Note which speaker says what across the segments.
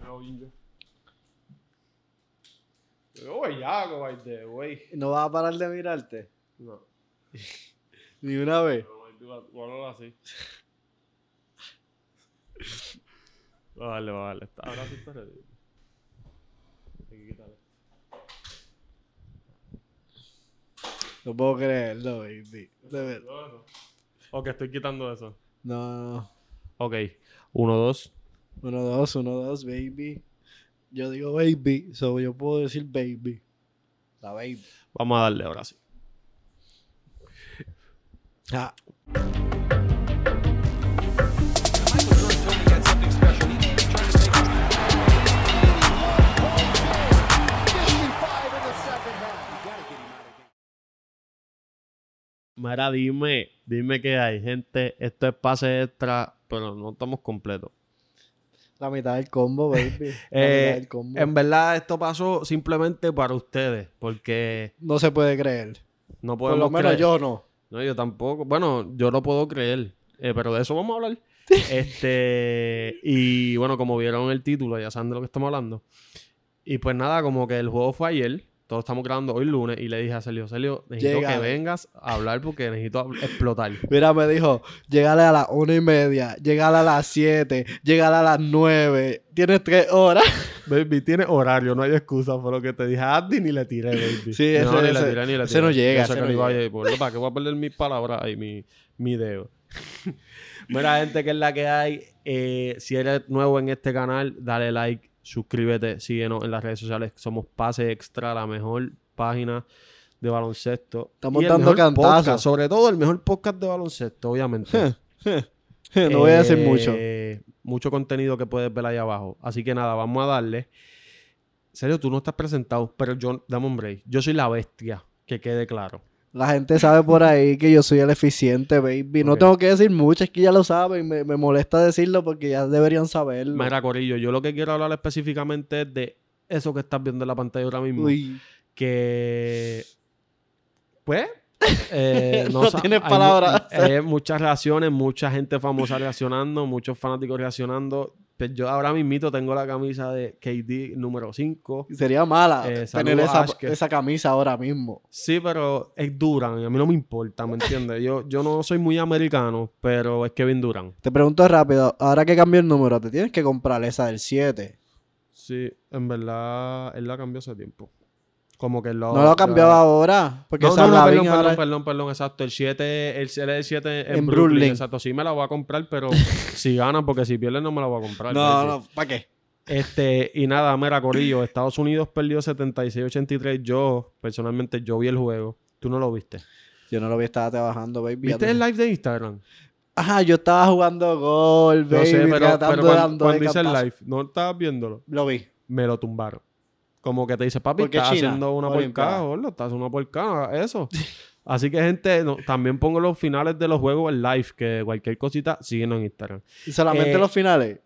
Speaker 1: Nuevo India. Yo bellaco, by the way.
Speaker 2: ¿No vas a parar de mirarte?
Speaker 1: No.
Speaker 2: Ni una vez.
Speaker 1: Bueno, así. Vale, vale. está- Ahora sí está ready. Hay que quitarle.
Speaker 2: No puedo creerlo, baby. De ver-
Speaker 1: Todo eso. Ok, estoy quitando eso.
Speaker 2: No, no.
Speaker 1: Ok. Uno, dos.
Speaker 2: Uno, dos, uno, dos, baby. Yo digo baby, so yo puedo decir baby. La baby.
Speaker 1: Vamos a darle ahora sí.
Speaker 2: Ja.
Speaker 1: Mira, dime, dime qué hay, gente. Esto es pase extra, pero no estamos completos.
Speaker 2: La mitad del combo, baby. La
Speaker 1: Eh,
Speaker 2: mitad del combo.
Speaker 1: En verdad, esto pasó simplemente para ustedes, porque
Speaker 2: No se puede creer.
Speaker 1: no
Speaker 2: Por
Speaker 1: podemos
Speaker 2: lo menos
Speaker 1: creer.
Speaker 2: yo no.
Speaker 1: No, yo tampoco. Bueno, yo no puedo creer, eh, pero de eso vamos a hablar. este, y bueno, como vieron el título, ya saben de lo que estamos hablando. Y pues nada, como que el juego fue ayer, todos estamos grabando hoy lunes, y le dije a Celio, Celio, necesito
Speaker 2: Llegale.
Speaker 1: que vengas a hablar porque necesito hab- explotar.
Speaker 2: Mira, me dijo, llegale a las una y media, llegale a las siete, llegale a las nueve. Tienes tres horas.
Speaker 1: Baby, tiene horario, no hay excusa por lo que te dije a Andy ni le tiré, baby.
Speaker 2: Sí,
Speaker 1: no,
Speaker 2: ese-
Speaker 1: ni
Speaker 2: ese-
Speaker 1: le tiré, ni le
Speaker 2: ese
Speaker 1: tiré.
Speaker 2: no llega,
Speaker 1: Yo sé
Speaker 2: ese
Speaker 1: que
Speaker 2: no
Speaker 1: le iba a-
Speaker 2: llega.
Speaker 1: por- ¿Para qué voy a perder mis palabras ahí, mi, mi dedo? Mira, gente, que es la que hay. Eh, si eres nuevo en este canal, dale like, suscríbete, síguenos en las redes sociales. Somos Pase Extra, la mejor página de baloncesto.
Speaker 2: Estamos
Speaker 1: Y el
Speaker 2: dando
Speaker 1: mejor
Speaker 2: cantazos.
Speaker 1: podcast, sobre todo el mejor podcast de baloncesto, obviamente.
Speaker 2: no voy a decir
Speaker 1: Eh,
Speaker 2: mucho.
Speaker 1: Mucho contenido que puedes ver ahí abajo. Así que nada, vamos a darle. En serio, tú no estás presentado, pero yo, dame un break. Yo soy la bestia, que quede claro.
Speaker 2: La gente sabe por ahí que yo soy el eficiente, baby. No
Speaker 1: Ok.
Speaker 2: tengo que decir mucho, es que ya lo saben. Me, me molesta decirlo porque ya deberían saberlo.
Speaker 1: Mira, Corillo, yo lo que quiero hablar específicamente es de eso que estás viendo en la pantalla ahora mismo.
Speaker 2: Uy,
Speaker 1: Que. Pues. eh,
Speaker 2: No
Speaker 1: sa-
Speaker 2: tienes
Speaker 1: hay mu-
Speaker 2: palabras.
Speaker 1: eh, muchas reacciones, mucha gente famosa reaccionando, muchos fanáticos reaccionando. Pues yo ahora mismito tengo la camisa de KD número 5.
Speaker 2: sería mala
Speaker 1: Eh,
Speaker 2: tener
Speaker 1: saludos a
Speaker 2: esa,
Speaker 1: Ash, que-
Speaker 2: esa camisa ahora mismo.
Speaker 1: Sí, pero es Duran y a mí no me importa, ¿me entiendes? Yo, yo no soy muy americano, pero es Kevin Duran.
Speaker 2: Te pregunto rápido, ahora que cambió el número, te tienes que comprar esa del 7.
Speaker 1: Sí, en verdad, él la cambió hace tiempo. Como que lo...
Speaker 2: no lo cambiaba ahora, porque
Speaker 1: Oh, No,
Speaker 2: esa
Speaker 1: no, no,
Speaker 2: Lavín
Speaker 1: perdón, perdón,
Speaker 2: ahora-
Speaker 1: perdón, perdón, exacto. El 7, el, el, 7 en, Brooklyn,
Speaker 2: En Brooklyn.
Speaker 1: Exacto, sí me la voy a comprar, pero si gana, porque si pierde no me la voy a comprar.
Speaker 2: No,
Speaker 1: baby.
Speaker 2: no, ¿para qué?
Speaker 1: Este, y nada, mira, Corillo, Estados Unidos perdió 76-83. Yo, personalmente, yo vi el juego. Tú no lo viste.
Speaker 2: Yo no lo vi, estaba trabajando, baby. Ya
Speaker 1: ¿Viste
Speaker 2: tú-
Speaker 1: el live de Instagram?
Speaker 2: Ajá, yo estaba jugando gol,
Speaker 1: Yo
Speaker 2: baby.
Speaker 1: sé, pero,
Speaker 2: tratando
Speaker 1: pero
Speaker 2: de
Speaker 1: cuando,
Speaker 2: dando de
Speaker 1: cuando hice el
Speaker 2: cantazo.
Speaker 1: live, no estabas viéndolo,
Speaker 2: Lo vi.
Speaker 1: me lo tumbaron. Como que te dice, papi,
Speaker 2: Porque
Speaker 1: estás
Speaker 2: China,
Speaker 1: haciendo una
Speaker 2: Olimpiada.
Speaker 1: porcada, gordo, estás haciendo una porcada, eso. Así que, gente, no, también pongo los finales de los juegos en live, que cualquier cosita, síguenos en Instagram.
Speaker 2: ¿Y solamente
Speaker 1: Eh,
Speaker 2: los finales?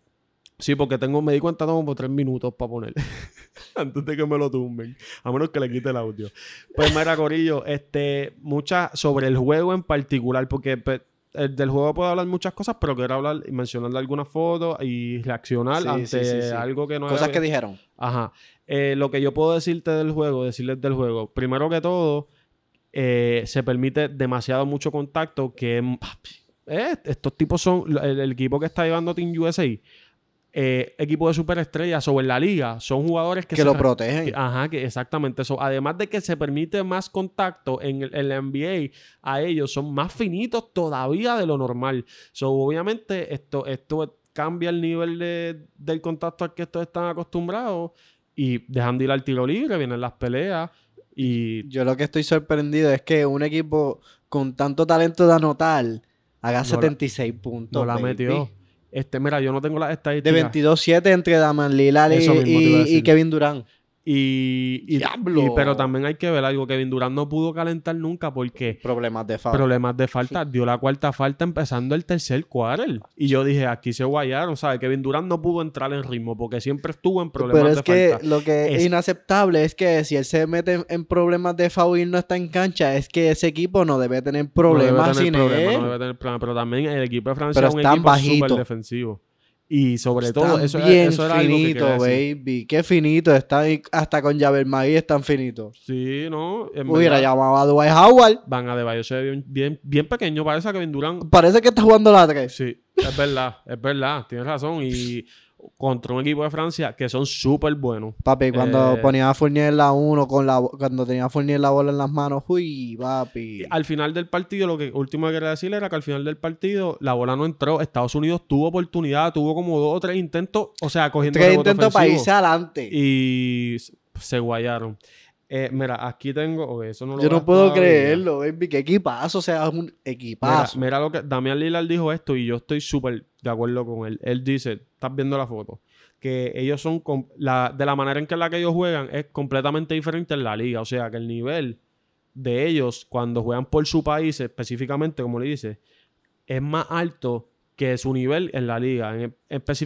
Speaker 1: Sí, porque tengo, me di cuenta tengo como tres minutos para poner. Antes de que me lo tumben. A menos que le quite el audio. Pues mira, Corillo, este, mucha, sobre el juego en particular, porque pe- el del juego puedo hablar muchas cosas, pero quiero hablar y mencionarle algunas fotos y reaccionar
Speaker 2: Sí,
Speaker 1: ante
Speaker 2: sí, sí, sí.
Speaker 1: algo que no eh,
Speaker 2: Cosas
Speaker 1: había-
Speaker 2: que dijeron.
Speaker 1: Ajá. Eh, lo que yo puedo decirte del juego, decirles del juego, primero que todo, eh, se permite demasiado mucho contacto que eh, estos tipos son el, el equipo que está llevando Team USA, eh, equipo de superestrellas sobre la liga, son jugadores que,
Speaker 2: Que,
Speaker 1: se
Speaker 2: lo
Speaker 1: re-
Speaker 2: protegen.
Speaker 1: que- Ajá, que exactamente eso. Además de que se permite más contacto en, el, en la NBA, a ellos son más finitos todavía de lo normal. So, obviamente, esto, esto cambia el nivel de- del contacto al que estos están acostumbrados y dejando ir al tiro libre, vienen las peleas y.
Speaker 2: Yo lo que estoy sorprendido es que un equipo con tanto talento de anotar
Speaker 1: No
Speaker 2: haga
Speaker 1: la-
Speaker 2: 76 puntos.
Speaker 1: No la
Speaker 2: baby.
Speaker 1: metió. Este, mira, yo no tengo las
Speaker 2: De
Speaker 1: estadísticas.
Speaker 2: 22-7 entre Daman Lillard y,
Speaker 1: Eso mismo te iba a
Speaker 2: y- y
Speaker 1: decir.
Speaker 2: Kevin Durant.
Speaker 1: Y, y-
Speaker 2: ¡Diablo!
Speaker 1: y- pero también hay que ver algo. Kevin Durant no pudo calentar nunca porque
Speaker 2: Problemas de foul.
Speaker 1: problemas de falta. Dio la cuarta falta empezando el tercer quarter. Y yo dije, aquí se guayaron, ¿sabes? Kevin Durant no pudo entrar en ritmo porque siempre estuvo en problemas
Speaker 2: Pero es
Speaker 1: de
Speaker 2: que
Speaker 1: falta.
Speaker 2: lo que es,
Speaker 1: Es-
Speaker 2: inaceptable es que si él se mete en- en problemas de foul y no está en cancha, es que ese equipo no debe tener problemas
Speaker 1: no debe tener
Speaker 2: sin
Speaker 1: problema,
Speaker 2: él.
Speaker 1: no debe tener problema. Pero también el equipo de Francia
Speaker 2: Pero
Speaker 1: es un
Speaker 2: están
Speaker 1: equipo
Speaker 2: bajitos.
Speaker 1: súper defensivo. Y sobre todo,
Speaker 2: Están
Speaker 1: eso, era-
Speaker 2: bien
Speaker 1: eso era algo que
Speaker 2: finito,
Speaker 1: quería decir.
Speaker 2: baby. Qué finito. Está ahí- hasta con Javier Maí están finitos.
Speaker 1: Sí, no. en
Speaker 2: Hubiera
Speaker 1: verdad,
Speaker 2: llamado a Dwight Howard.
Speaker 1: Van a de Bayo se ve bien, bien, bien pequeño para esa que Durán.
Speaker 2: Parece que está jugando la 3.
Speaker 1: Sí, es verdad, es verdad, tienes razón. Y contra un equipo de Francia que son súper buenos.
Speaker 2: Papi, cuando
Speaker 1: Eh.
Speaker 2: ponía a Fournier en la 1, con la, bo- cuando tenía a Fournier la bola en las manos, uy, papi.
Speaker 1: Al final del partido, lo que último que quería decir era que al final del partido la bola no entró. Estados Unidos tuvo oportunidad, tuvo como dos o tres intentos, o sea, cogiendo
Speaker 2: Tres
Speaker 1: rebote
Speaker 2: intentos para
Speaker 1: ofensivo.
Speaker 2: irse adelante.
Speaker 1: Y s- se guayaron. Eh, mira, aquí tengo. ok, eso no lo
Speaker 2: Yo
Speaker 1: voy a
Speaker 2: no puedo
Speaker 1: todavía.
Speaker 2: creerlo, baby. Qué equipazo. O sea, es un
Speaker 1: Mira,
Speaker 2: equipazo.
Speaker 1: mira lo que Damián Lillard dijo esto y yo estoy súper de acuerdo con él. Él dice, estás viendo la foto, que ellos son com- la, de la manera en que la que ellos juegan es completamente diferente en la liga, o sea, que el nivel de ellos cuando juegan por su país específicamente, como le dice, es más alto que su nivel en la liga. En-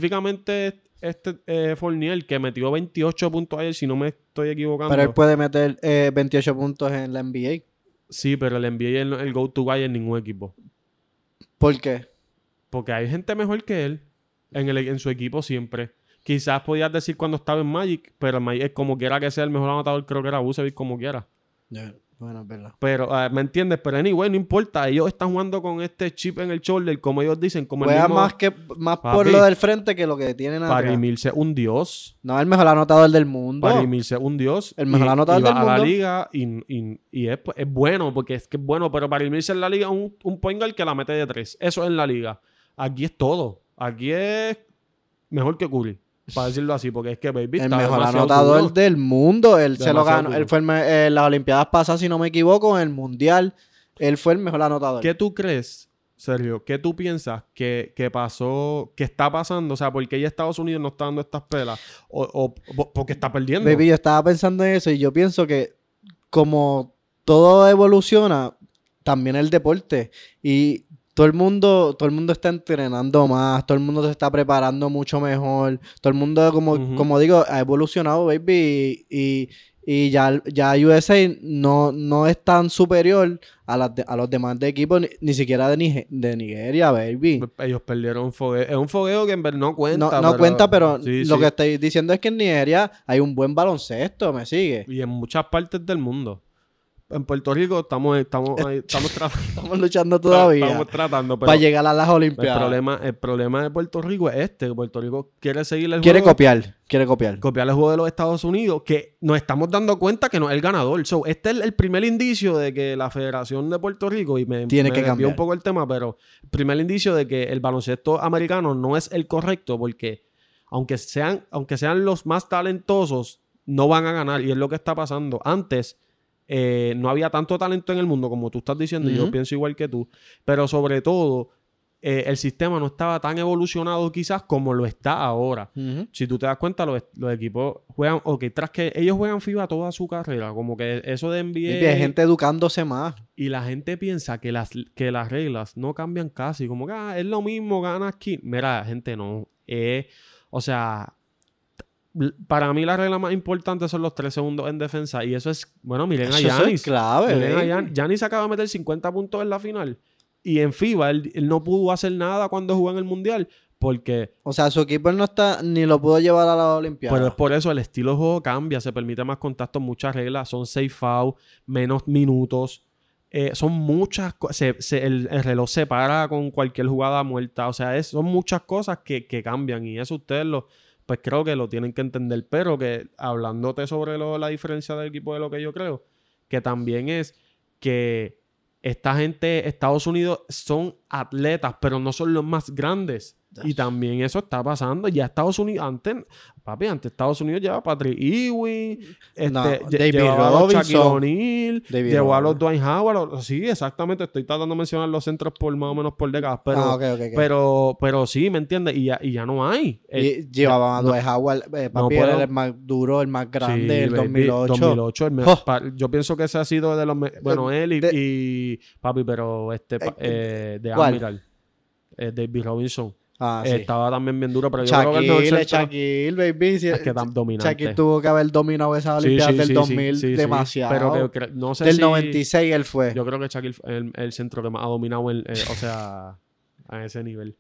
Speaker 1: específicamente este eh, Fournier que metió 28 puntos ayer, si no me estoy equivocando.
Speaker 2: Pero él puede meter eh, 28 puntos en la NBA.
Speaker 1: Sí, pero el NBA es el, el go-to guy en ningún equipo.
Speaker 2: ¿Por qué?
Speaker 1: Porque hay gente mejor que él en, el- en su equipo siempre. Quizás podías decir cuando estaba en Magic, pero en Magic, como quiera que sea el mejor anotador, creo que era Bucevic, como quiera.
Speaker 2: Bueno, es verdad.
Speaker 1: Pero, eh, ¿me entiendes? Pero anyway, no importa. Ellos están jugando con este chip en el shoulder, como ellos dicen, como el
Speaker 2: Juega
Speaker 1: mismo...
Speaker 2: más, que, más por
Speaker 1: Papi.
Speaker 2: lo del frente que lo que tienen atrás.
Speaker 1: Parimirse un dios.
Speaker 2: No, el mejor anotador del mundo.
Speaker 1: Parimirse un dios.
Speaker 2: El mejor
Speaker 1: y-
Speaker 2: anotador
Speaker 1: y va
Speaker 2: del
Speaker 1: a la
Speaker 2: mundo.
Speaker 1: liga y, y- y es, pues, es bueno, porque es que es bueno. Pero Parimirse en la liga es un, un point guard que la mete de tres. Eso es en la liga. Aquí es todo. Aquí es mejor que Curry. Para decirlo así, porque es que Baby
Speaker 2: el
Speaker 1: está
Speaker 2: mejor
Speaker 1: demasiado
Speaker 2: anotador
Speaker 1: duro.
Speaker 2: del mundo. Él se lo
Speaker 1: Demasiado
Speaker 2: ganó.
Speaker 1: duro.
Speaker 2: Él fue el me- en las Olimpiadas pasadas, si no me equivoco, en el Mundial. Él fue el mejor anotador.
Speaker 1: ¿Qué tú crees, Sergio? ¿Qué tú piensas que, que pasó, que está pasando? O sea, ¿por qué ya Estados Unidos no está dando estas pelas? ¿O, o po- porque está perdiendo?
Speaker 2: Baby, yo estaba pensando en eso y yo pienso que como todo evoluciona, también el deporte. Y todo el mundo, todo el mundo está entrenando más, todo el mundo se está preparando mucho mejor. Todo el mundo, como,
Speaker 1: Ujú.
Speaker 2: como digo, ha evolucionado, baby. Y, y ya, ya USA no, no es tan superior a, las de- a los demás de equipos, ni, ni siquiera de, Nige- de Nigeria, baby.
Speaker 1: Ellos perdieron un fogueo. Es un fogueo que en ver- no cuenta.
Speaker 2: No, no cuenta, pero
Speaker 1: Sí,
Speaker 2: lo
Speaker 1: sí.
Speaker 2: que estoy diciendo es que en Nigeria hay un buen baloncesto, ¿me sigue?
Speaker 1: Y en muchas partes del mundo. En Puerto Rico estamos, estamos, ahí- estamos, tra-
Speaker 2: Estamos luchando todavía
Speaker 1: estamos tratando, pero
Speaker 2: para llegar a las
Speaker 1: el,
Speaker 2: Olimpiadas.
Speaker 1: problema, el problema de Puerto Rico es este. que Puerto Rico quiere seguir el
Speaker 2: Quiere
Speaker 1: juego
Speaker 2: copiar, quiere copiar.
Speaker 1: copiar el juego de los Estados Unidos, que nos estamos dando cuenta que no es el ganador. So, este es el primer indicio de que la Federación de Puerto Rico, y me,
Speaker 2: Tiene
Speaker 1: me
Speaker 2: que
Speaker 1: desvió
Speaker 2: cambiar.
Speaker 1: un poco el tema, pero el primer indicio de que el baloncesto americano no es el correcto, porque aunque sean, aunque sean los más talentosos, no van a ganar, y es lo que está pasando. Antes eh, no había tanto talento en el mundo, como tú estás diciendo, y yo
Speaker 2: Ujú.
Speaker 1: pienso igual que tú, pero sobre todo... eh, el sistema no estaba tan evolucionado quizás como lo está ahora.
Speaker 2: Ujú.
Speaker 1: Si tú te das cuenta, los, los equipos juegan, ok, tras que ellos juegan FIBA toda su carrera, como que eso de
Speaker 2: Baby, hay
Speaker 1: NBA
Speaker 2: gente educándose más.
Speaker 1: y la gente piensa que las, que las reglas no cambian casi, como que "Ah, es lo mismo, ganas aquí. Mira, gente, no. Eh, o sea, l- para mí la regla más importante son los tres segundos en defensa y eso es, bueno, miren a
Speaker 2: Eso- eso es
Speaker 1: Yanis.
Speaker 2: clave. ¿eh?
Speaker 1: Miren a
Speaker 2: baby.
Speaker 1: Yan- Giannis acaba de meter 50 puntos en la final y en FIBA él, él no pudo hacer nada cuando jugó en el Mundial porque...
Speaker 2: O sea, su equipo él no está ni lo pudo llevar a las Olimpiadas.
Speaker 1: Pero es por eso el estilo de juego cambia, se permite más contacto, muchas reglas, son safe foul, menos minutos, eh, son muchas cosas, el, el reloj se para con cualquier jugada muerta, o sea, es- son muchas cosas que, que cambian y eso ustedes lo, pues creo que lo tienen que entender, pero que hablándote sobre lo- la diferencia del equipo de lo que yo creo, que también es que esta gente, Estados Unidos, son atletas, pero no son los más grandes. Y
Speaker 2: Yes.
Speaker 1: también eso está pasando. Ya Estados Unidos, antes, papi, antes Estados Unidos llevaba a Patrick Ewing, este,
Speaker 2: No,
Speaker 1: lle-
Speaker 2: David
Speaker 1: llevaba a los Shaquille
Speaker 2: Robinson.
Speaker 1: O'Neal,
Speaker 2: David
Speaker 1: llevaba a los
Speaker 2: Robinson.
Speaker 1: Dwight Howard. o- Sí, exactamente. Estoy tratando de mencionar los centros por más o menos por décadas, pero,
Speaker 2: Ah, ok, ok, ok.
Speaker 1: pero, pero sí, ¿me entiendes? Y ya, y ya no hay.
Speaker 2: Y
Speaker 1: Eh,
Speaker 2: llevaban a Dwight Howard, eh, papi,
Speaker 1: puedo-
Speaker 2: era el más duro, el más grande,
Speaker 1: sí,
Speaker 2: el
Speaker 1: baby,
Speaker 2: 2008.
Speaker 1: 2008, el me-
Speaker 2: Oh.
Speaker 1: pa- yo pienso que ese ha sido de los. me- bueno, él y,
Speaker 2: de-
Speaker 1: y- Papi, pero este. pa- eh, de
Speaker 2: ¿cuál?
Speaker 1: Admiral. eh, David Robinson.
Speaker 2: Ah, sí.
Speaker 1: Eh, Estaba también bien duro, pero yo creo que el
Speaker 2: Shaquille,
Speaker 1: 2008
Speaker 2: Shaquille, baby. sí,
Speaker 1: es que tan dominante.
Speaker 2: Shaquille tuvo que haber dominado esas
Speaker 1: Sí, sí,
Speaker 2: Olimpiadas del
Speaker 1: sí, sí,
Speaker 2: 2000
Speaker 1: sí, sí.
Speaker 2: demasiado.
Speaker 1: Pero que, cre- no sé
Speaker 2: del
Speaker 1: si-
Speaker 2: 96 él fue.
Speaker 1: Yo creo que Shaquille es el, el centro que más ha dominado, el, eh, o sea, a ese nivel.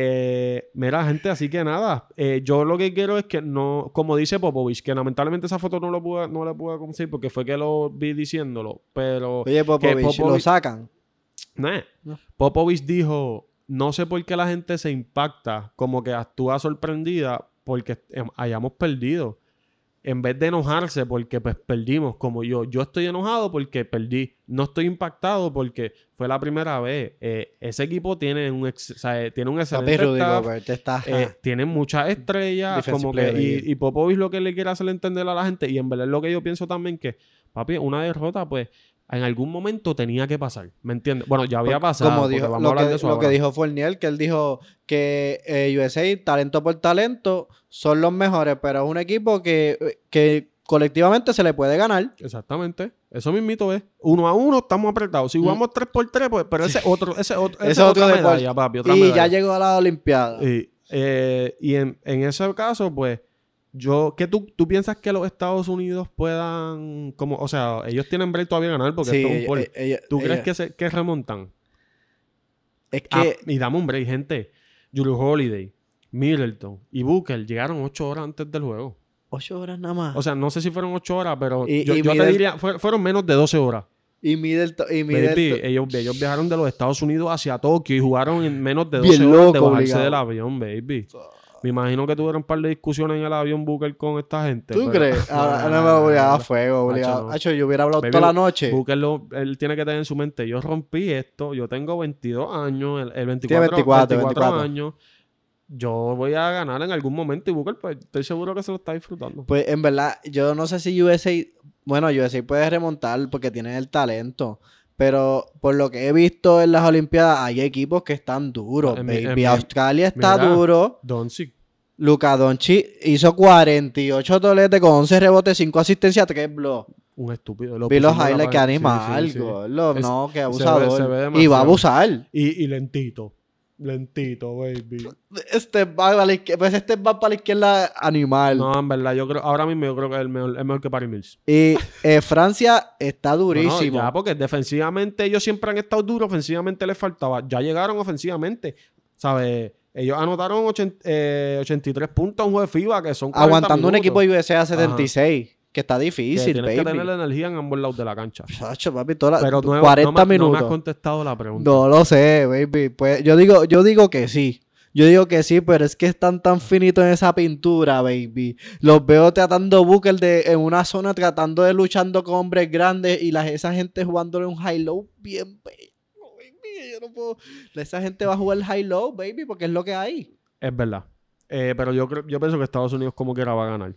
Speaker 1: Eh, mira, gente, así que nada. eh, yo lo que quiero es que no, como dice Popovich, que lamentablemente esa foto no, lo pude, no la pude conseguir porque fue que lo vi diciéndolo. Pero
Speaker 2: Oye, Popovich, lo
Speaker 1: Popovich-
Speaker 2: sacan.
Speaker 1: Nah.
Speaker 2: No.
Speaker 1: Popovich dijo, no sé por qué la gente se impacta, como que actúa sorprendida porque em, hayamos perdido. En vez de enojarse porque pues perdimos, como yo. Yo estoy enojado porque perdí. No estoy impactado porque fue la primera vez. Eh, ese equipo tiene un, ex- o sea, eh, tiene un excelente
Speaker 2: Papi Rudy
Speaker 1: staff.
Speaker 2: Gobert, te estás...
Speaker 1: Eh, tienen muchas estrellas,
Speaker 2: Defensive
Speaker 1: como
Speaker 2: player
Speaker 1: que,
Speaker 2: of the
Speaker 1: y, y Popovich lo que le quiere hacer entender a la gente, y en verdad es lo que yo pienso también que, papi, una derrota, pues, en algún momento tenía que pasar, ¿me entiendes? Bueno, ya había pasado,
Speaker 2: Pues, Como
Speaker 1: porque
Speaker 2: dijo,
Speaker 1: vamos a
Speaker 2: lo,
Speaker 1: hablar
Speaker 2: que,
Speaker 1: de eso
Speaker 2: lo que
Speaker 1: ahora.
Speaker 2: dijo Fournier, que él dijo que eh, USA, talento por talento, son los mejores, pero es un equipo que, que colectivamente se le puede ganar.
Speaker 1: Exactamente, eso mismito es, uno a uno estamos apretados, si jugamos tres por tres, pues, pero ese otro, ese otro,
Speaker 2: Mm. Ese
Speaker 1: ese otra
Speaker 2: otro
Speaker 1: medalla,
Speaker 2: deporte.
Speaker 1: papi, otra
Speaker 2: Y
Speaker 1: medalla.
Speaker 2: ya llegó a la Olimpiada.
Speaker 1: Y, eh, y en, en ese caso, pues, yo, ¿qué tú, tú piensas que los Estados Unidos puedan, como, o sea, ellos tienen break todavía a ganar porque
Speaker 2: Sí, eh,
Speaker 1: esto es un
Speaker 2: ella-
Speaker 1: pol-
Speaker 2: ella-
Speaker 1: ¿Tú
Speaker 2: ella-
Speaker 1: crees que, se, que remontan?
Speaker 2: Es que...
Speaker 1: Ah, y dame un break, gente. Drew Holiday, Middleton y Booker llegaron ocho horas antes del juego.
Speaker 2: Ocho horas nada más.
Speaker 1: O sea, no sé si fueron ocho horas, pero
Speaker 2: Y-
Speaker 1: yo,
Speaker 2: y
Speaker 1: yo te
Speaker 2: Middleton-
Speaker 1: diría, fue- fueron menos de 12 horas.
Speaker 2: y Middleton... Y
Speaker 1: Baby,
Speaker 2: Middleton
Speaker 1: ellos, ellos viajaron de los Estados Unidos hacia Tokio y jugaron en menos de 12
Speaker 2: Bien
Speaker 1: horas de
Speaker 2: loco,
Speaker 1: bajarse
Speaker 2: obligado.
Speaker 1: del avión, baby. Me imagino que tuvieron un par de discusiones en el avión Booker con esta gente.
Speaker 2: ¿Tú
Speaker 1: pero-
Speaker 2: crees? Ahora
Speaker 1: Nah,
Speaker 2: ahora me voy a dar fuego,
Speaker 1: Hacho,
Speaker 2: obligado.
Speaker 1: no.
Speaker 2: Hacho, yo hubiera hablado
Speaker 1: Baby,
Speaker 2: toda la noche.
Speaker 1: Booker lo- él tiene que tener en su mente, yo rompí esto, yo tengo 22 años, el, el 24,
Speaker 2: Tiene 24, 24.
Speaker 1: años, yo voy a ganar en algún momento y Booker, pues estoy seguro que se lo está disfrutando.
Speaker 2: Pues en verdad, yo no sé si USA, bueno, USA puede remontar porque tiene el talento. Pero por lo que he visto en las Olimpiadas, hay equipos que están duros.
Speaker 1: En mi-
Speaker 2: baby.
Speaker 1: en mi-
Speaker 2: Australia está
Speaker 1: mira.
Speaker 2: duro.
Speaker 1: Doncic,
Speaker 2: Luka Doncic hizo 48 toletes con 11 rebotes, 5 asistencias, 3 blocks.
Speaker 1: un estúpido.
Speaker 2: Vi los
Speaker 1: pusimos en la
Speaker 2: highlights que
Speaker 1: página. Sí,
Speaker 2: anima
Speaker 1: sí, sí.
Speaker 2: algo. Lo-
Speaker 1: Es-
Speaker 2: no, que
Speaker 1: ve-
Speaker 2: abusador.
Speaker 1: se ve
Speaker 2: y
Speaker 1: demasiado.
Speaker 2: va a abusar.
Speaker 1: Y, y lentito, lentito, baby.
Speaker 2: Este va para la izquierda, pues este va para la izquierda animal.
Speaker 1: No, en verdad, yo creo, ahora mismo yo creo que es el mejor, es mejor que Paris Mills.
Speaker 2: Y eh, Francia está
Speaker 1: Bueno,
Speaker 2: durísimo.
Speaker 1: ya, porque defensivamente ellos siempre han estado duros, ofensivamente les faltaba. Ya llegaron ofensivamente, ¿sabes? Ellos anotaron 80, eh, 83 puntos a un juego de FIBA, que son 40
Speaker 2: aguantando un equipo
Speaker 1: minutos,
Speaker 2: USA a 76, que está
Speaker 1: que
Speaker 2: difícil,
Speaker 1: Tienes que tener la
Speaker 2: baby.
Speaker 1: energía en ambos lados de la cancha.
Speaker 2: Chacho, papi, toda la-
Speaker 1: Pero no,
Speaker 2: 40
Speaker 1: no me- no me
Speaker 2: minutos.
Speaker 1: has contestado la pregunta.
Speaker 2: No lo sé, baby. Pues yo digo, yo digo que sí. Yo digo que sí, pero es que están tan finitos en esa pintura, baby. Los veo tratando Booker de, en una zona, tratando de luchando con hombres grandes y las, esa gente jugándole un high-low bien baby. Yo no puedo. Esa gente va a jugar high-low, baby, porque es lo que hay.
Speaker 1: Es verdad. Eh, pero yo creo, yo pienso que Estados Unidos como quiera va a ganar.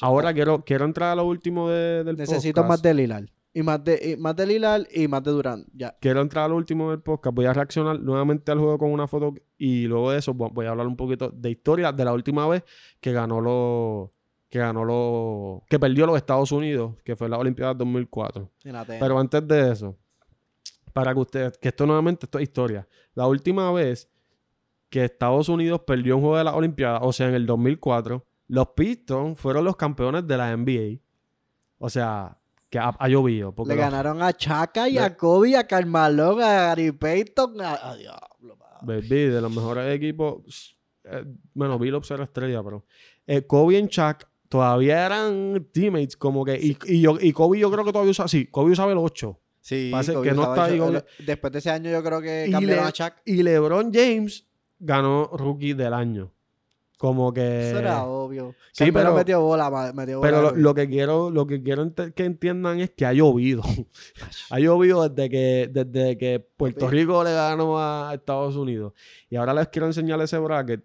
Speaker 1: Ahora quiero, quiero entrar a lo último de- del
Speaker 2: necesito
Speaker 1: podcast.
Speaker 2: más de Lillard. Y más de, y más de Lillard y más de Durant. Ya.
Speaker 1: Quiero entrar a lo último del podcast. Voy a reaccionar nuevamente al juego con una foto y luego de eso vo- voy a hablar un poquito de historia de la última vez que ganó los que ganó los que perdió los Estados Unidos, que fue la Olimpiada 2004.
Speaker 2: En Atenas.
Speaker 1: Pero antes de eso, para que ustedes, que esto nuevamente esto es historia. La última vez que Estados Unidos perdió un juego de las Olimpiadas, o sea, en el 2004, los Pistons fueron los campeones de la NBA. O sea, que ha, ha llovido. Porque
Speaker 2: Le
Speaker 1: los-
Speaker 2: ganaron a Chaka y
Speaker 1: Le-
Speaker 2: a Kobe, a Carmalón, a Gary Payton, a, a diablo. pa.
Speaker 1: Baby, de los mejores equipos. eh, bueno, Billups era estrella, pero. eh, Kobe y Chuck todavía eran teammates, como que. Y, y yo, y Kobe, yo creo que todavía usaba. Sí, Kobe usaba el 8.
Speaker 2: Sí,
Speaker 1: Pasa
Speaker 2: Kobe
Speaker 1: que no
Speaker 2: usaba
Speaker 1: está
Speaker 2: eso.
Speaker 1: ahí
Speaker 2: Después de ese año yo creo que
Speaker 1: Y
Speaker 2: cambiaron
Speaker 1: le-
Speaker 2: a Chaka.
Speaker 1: Y LeBron James ganó rookie del año. Como que.
Speaker 2: Eso era obvio.
Speaker 1: Eh, sí,
Speaker 2: Sí, pero
Speaker 1: pero-
Speaker 2: metió bola, ma- metió bola.
Speaker 1: Pero lo,
Speaker 2: obvio.
Speaker 1: lo que quiero, lo que quiero ente- que entiendan es que ha llovido. ha llovido desde que, desde que Puerto
Speaker 2: Papi.
Speaker 1: Rico le ganó a Estados Unidos. Y ahora les quiero enseñar ese bracket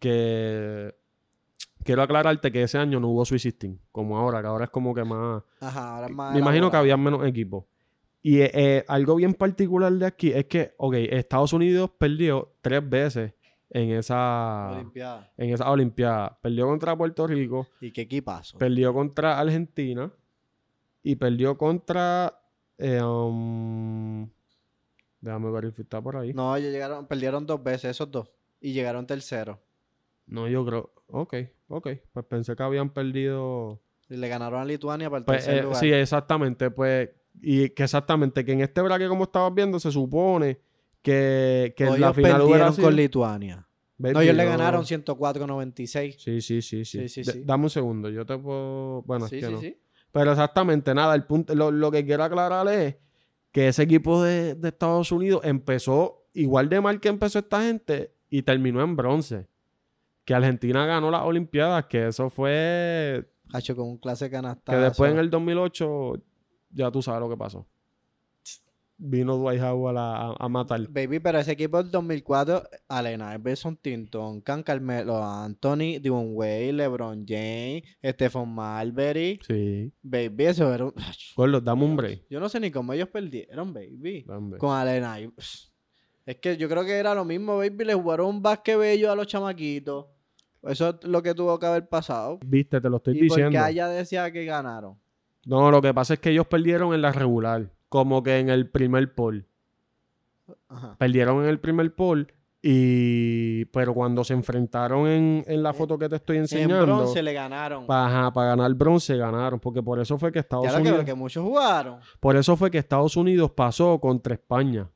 Speaker 1: que quiero aclararte que ese año no hubo Sweet 16, como ahora, que ahora es como que más...
Speaker 2: Ajá, ahora es más
Speaker 1: Me imagino que
Speaker 2: elaborado.
Speaker 1: había menos equipos. Y eh, eh, algo bien particular de aquí es que, ok, Estados Unidos perdió tres veces en esa,
Speaker 2: Olimpiada.
Speaker 1: en esa Olimpiada. Perdió contra Puerto Rico,
Speaker 2: ¿Y qué equipazo?
Speaker 1: Perdió contra Argentina y perdió contra. eh, um, déjame ver si está por ahí. No.
Speaker 2: No, ellos llegaron, perdieron dos veces esos dos. Y llegaron tercero.
Speaker 1: yo creo. Ok, ok. Pues pensé que habían perdido.
Speaker 2: Y le ganaron a Lituania para el
Speaker 1: Pues,
Speaker 2: tercer
Speaker 1: eh,
Speaker 2: lugar.
Speaker 1: sí, exactamente. Pues. Y que exactamente, que en este braque, como estabas viendo, se supone que, que en
Speaker 2: Hoy
Speaker 1: la
Speaker 2: ellos
Speaker 1: final hubiera
Speaker 2: perdieron
Speaker 1: sido...
Speaker 2: con Lituania. No, ellos le ganaron 104-96.
Speaker 1: Sí, sí, sí, sí.
Speaker 2: Sí, sí,
Speaker 1: D-
Speaker 2: sí.
Speaker 1: Dame un segundo, yo te puedo... Bueno, es
Speaker 2: Sí,
Speaker 1: que
Speaker 2: sí,
Speaker 1: no.
Speaker 2: sí.
Speaker 1: Pero exactamente, nada, el punto, lo, lo que quiero aclarar es que ese equipo de, de Estados Unidos empezó igual de mal que empezó esta gente y terminó en bronce. Que Argentina ganó las Olimpiadas, que eso fue...
Speaker 2: Hacho, con un clase canasta.
Speaker 1: Que después en el 2008, ya tú sabes lo que pasó. Vino Dwight Howard a, a- a matar.
Speaker 2: Baby, pero ese equipo del 2004, Alena Iverson, Tinton, Can Carmelo, Anthony, Dwayne Wade, LeBron James, Stephen Marbury.
Speaker 1: Sí.
Speaker 2: Baby, eso era un...
Speaker 1: Gordo, dame un break.
Speaker 2: Yo no sé ni cómo ellos perdieron, baby.
Speaker 1: Dame un break.
Speaker 2: Con Alena Iverson. Es que yo creo que era lo mismo, baby. Le jugaron un básquet bello a los chamaquitos. Eso es lo que tuvo que haber pasado.
Speaker 1: Viste, te lo estoy
Speaker 2: Y porque
Speaker 1: diciendo.
Speaker 2: allá decía que ganaron.
Speaker 1: No, lo que pasa es que ellos perdieron en la regular. Como que en el primer poll.
Speaker 2: Ajá.
Speaker 1: Perdieron en el primer poll. Y... Pero cuando se enfrentaron en, en la foto que te estoy
Speaker 2: En
Speaker 1: enseñando...
Speaker 2: bronce le ganaron.
Speaker 1: pa- ajá, para ganar bronce ganaron. Porque por eso fue que Estados
Speaker 2: Ya lo que,
Speaker 1: Unidos...
Speaker 2: lo que muchos jugaron.
Speaker 1: Por eso fue que Estados Unidos pasó contra España.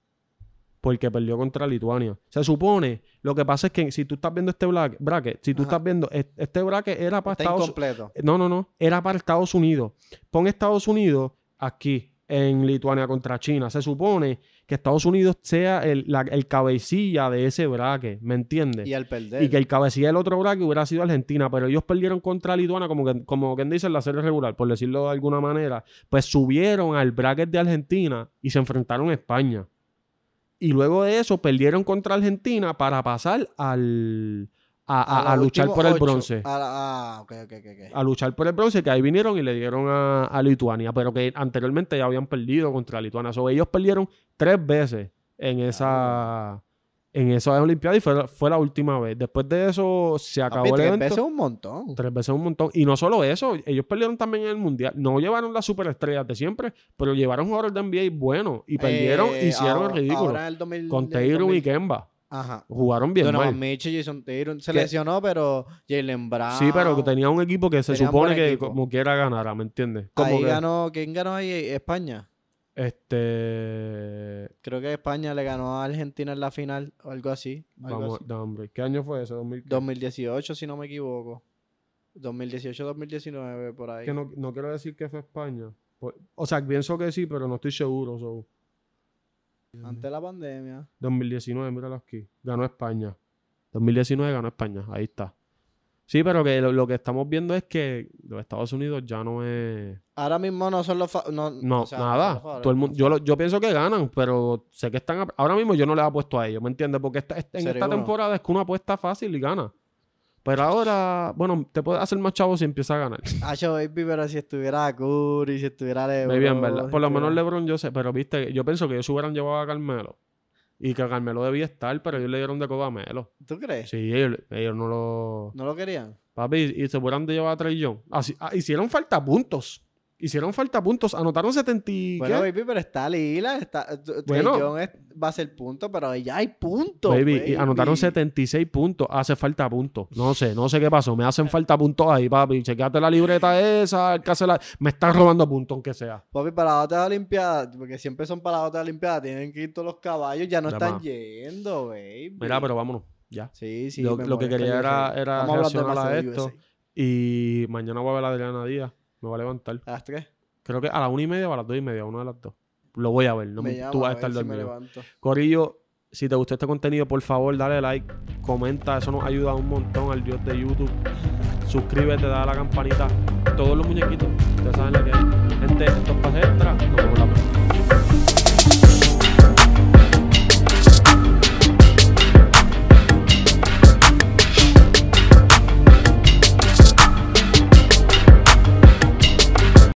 Speaker 1: Porque perdió contra Lituania. Se supone, lo que pasa es que si tú estás viendo este black- bracket, si tú
Speaker 2: Ajá.
Speaker 1: estás viendo, es- este bracket era para
Speaker 2: Está
Speaker 1: Estados Unidos.
Speaker 2: incompleto.
Speaker 1: No, no, no. Era para Estados Unidos. Pon Estados Unidos aquí, en Lituania contra China. Se supone que Estados Unidos sea el, la- el cabecilla de ese bracket. ¿Me entiendes?
Speaker 2: Y al perder.
Speaker 1: Y que el cabecilla del otro bracket hubiera sido Argentina, pero ellos perdieron contra Lituania, como, que, como quien dice, en la serie regular, por decirlo de alguna manera. Pues subieron al bracket de Argentina y se enfrentaron a España. Y luego de eso perdieron contra Argentina para pasar al, a, a-
Speaker 2: los
Speaker 1: a luchar
Speaker 2: últimos
Speaker 1: por el
Speaker 2: ocho.
Speaker 1: bronce.
Speaker 2: A la- ah, ok, ok, ok. ok.
Speaker 1: A luchar por el bronce, que ahí vinieron y le dieron a, a Lituania, pero que anteriormente ya habían perdido contra Lituania. So, ellos perdieron tres veces en esa. En esas Olimpiadas y fue, fue la última vez. Después de eso se
Speaker 2: Papi,
Speaker 1: acabó el
Speaker 2: tres
Speaker 1: evento.
Speaker 2: veces un montón.
Speaker 1: Tres veces un montón. Y no solo eso, ellos perdieron también en el Mundial. No llevaron las superestrellas de siempre, pero llevaron jugadores de NBA buenos. Y perdieron,
Speaker 2: Eh,
Speaker 1: hicieron
Speaker 2: ahora-
Speaker 1: el ridículo.
Speaker 2: ahora en el 2000
Speaker 1: con
Speaker 2: el
Speaker 1: Taylor
Speaker 2: 2000.
Speaker 1: y Kemba.
Speaker 2: Ajá.
Speaker 1: Jugaron bien
Speaker 2: Donovan
Speaker 1: mal.
Speaker 2: Mitchell, Jason Taylor. Se
Speaker 1: Que-
Speaker 2: lesionó, pero Jalen Brown.
Speaker 1: Sí, pero que tenía un equipo que se
Speaker 2: Tenían
Speaker 1: supone
Speaker 2: buen
Speaker 1: que
Speaker 2: equipo.
Speaker 1: como quiera ganara, ¿me entiendes? Como
Speaker 2: Ahí
Speaker 1: que,
Speaker 2: ganó. ¿Quién ganó ahí? España.
Speaker 1: Este.
Speaker 2: Creo que España le ganó a Argentina en la final o algo así. algo
Speaker 1: Vamos,
Speaker 2: así.
Speaker 1: dame un break. ¿Qué año fue eso? 2015.
Speaker 2: 2018, si no me equivoco. 2018, 2019, por ahí.
Speaker 1: Que no, no quiero decir que fue España. Pues, O sea, pienso que sí, pero no estoy seguro. so.
Speaker 2: Antes de la pandemia.
Speaker 1: 2019, míralo aquí. Ganó España. 2019 ganó España. Ahí está. Sí, pero que lo, lo que estamos viendo es que los Estados Unidos ya no es.
Speaker 2: Ahora mismo no son los. fa- No,
Speaker 1: No,
Speaker 2: o sea, no son los
Speaker 1: nada.
Speaker 2: favoritos,
Speaker 1: Todo el mundo, yo, lo- yo pienso que ganan, pero sé que están. ap- Ahora mismo yo no le apuesto a ellos, ¿me entiendes? Porque esta- esta- en
Speaker 2: Serie
Speaker 1: esta
Speaker 2: uno.
Speaker 1: temporada es que uno apuesta fácil y gana. Pero ahora, bueno, te puedes hacer más chavo si empieza a ganar.
Speaker 2: Hacho, baby, pero si estuviera Curry, si estuviera LeBron.
Speaker 1: Baby, en verdad.
Speaker 2: si
Speaker 1: Por lo menos
Speaker 2: estuviera-
Speaker 1: LeBron, yo sé, pero viste, yo pienso que ellos hubieran llevado a Carmelo. Y que Carmelo debía estar, pero ellos le dieron de coba a Melo.
Speaker 2: ¿Tú crees?
Speaker 1: Sí, ellos, ellos no lo.
Speaker 2: ¿No lo querían?
Speaker 1: Papi, y se hubieran llevado a Trey Young. Así- ah, hicieron falta puntos. Hicieron falta puntos. Anotaron 70 y...
Speaker 2: Bueno,
Speaker 1: ¿qué?
Speaker 2: baby, pero está Lila. Está, eh, Trey
Speaker 1: Bueno.
Speaker 2: Young es- va a ser punto, pero ya hay puntos.
Speaker 1: Baby, y anotaron
Speaker 2: baby.
Speaker 1: 76 puntos. Hace falta puntos. No sé, no sé qué pasó. Me hacen falta puntos ahí, papi. Chequeate la libreta esa. el que hace la- Me están robando puntos, aunque sea.
Speaker 2: Papi, para las otras Olimpiadas, porque siempre son para las otras Olimpiadas, tienen que ir todos los caballos, ya no
Speaker 1: Ya,
Speaker 2: están
Speaker 1: ma.
Speaker 2: yendo, baby.
Speaker 1: Mira, pero vámonos. Ya.
Speaker 2: Sí, sí.
Speaker 1: lo-
Speaker 2: me
Speaker 1: lo que
Speaker 2: molesta
Speaker 1: quería
Speaker 2: el
Speaker 1: era-
Speaker 2: USA.
Speaker 1: era
Speaker 2: Estamos hablando
Speaker 1: reaccionar a
Speaker 2: demasiado de
Speaker 1: esto.
Speaker 2: USA.
Speaker 1: Y mañana voy a ver a Adriana Díaz. Me va a levantar.
Speaker 2: A las tres.
Speaker 1: Creo que a la una y media o a las dos y media. Una de las dos. Lo voy a ver. No
Speaker 2: me
Speaker 1: me-
Speaker 2: llama,
Speaker 1: tú vas a
Speaker 2: ver
Speaker 1: estar
Speaker 2: si me
Speaker 1: dormido.
Speaker 2: levanto.
Speaker 1: Corillo, si te gustó este contenido, por favor, dale like, comenta, eso nos ayuda un montón al dios de YouTube. Suscríbete, dale a la campanita. Todos los muñequitos, ya saben la que hay.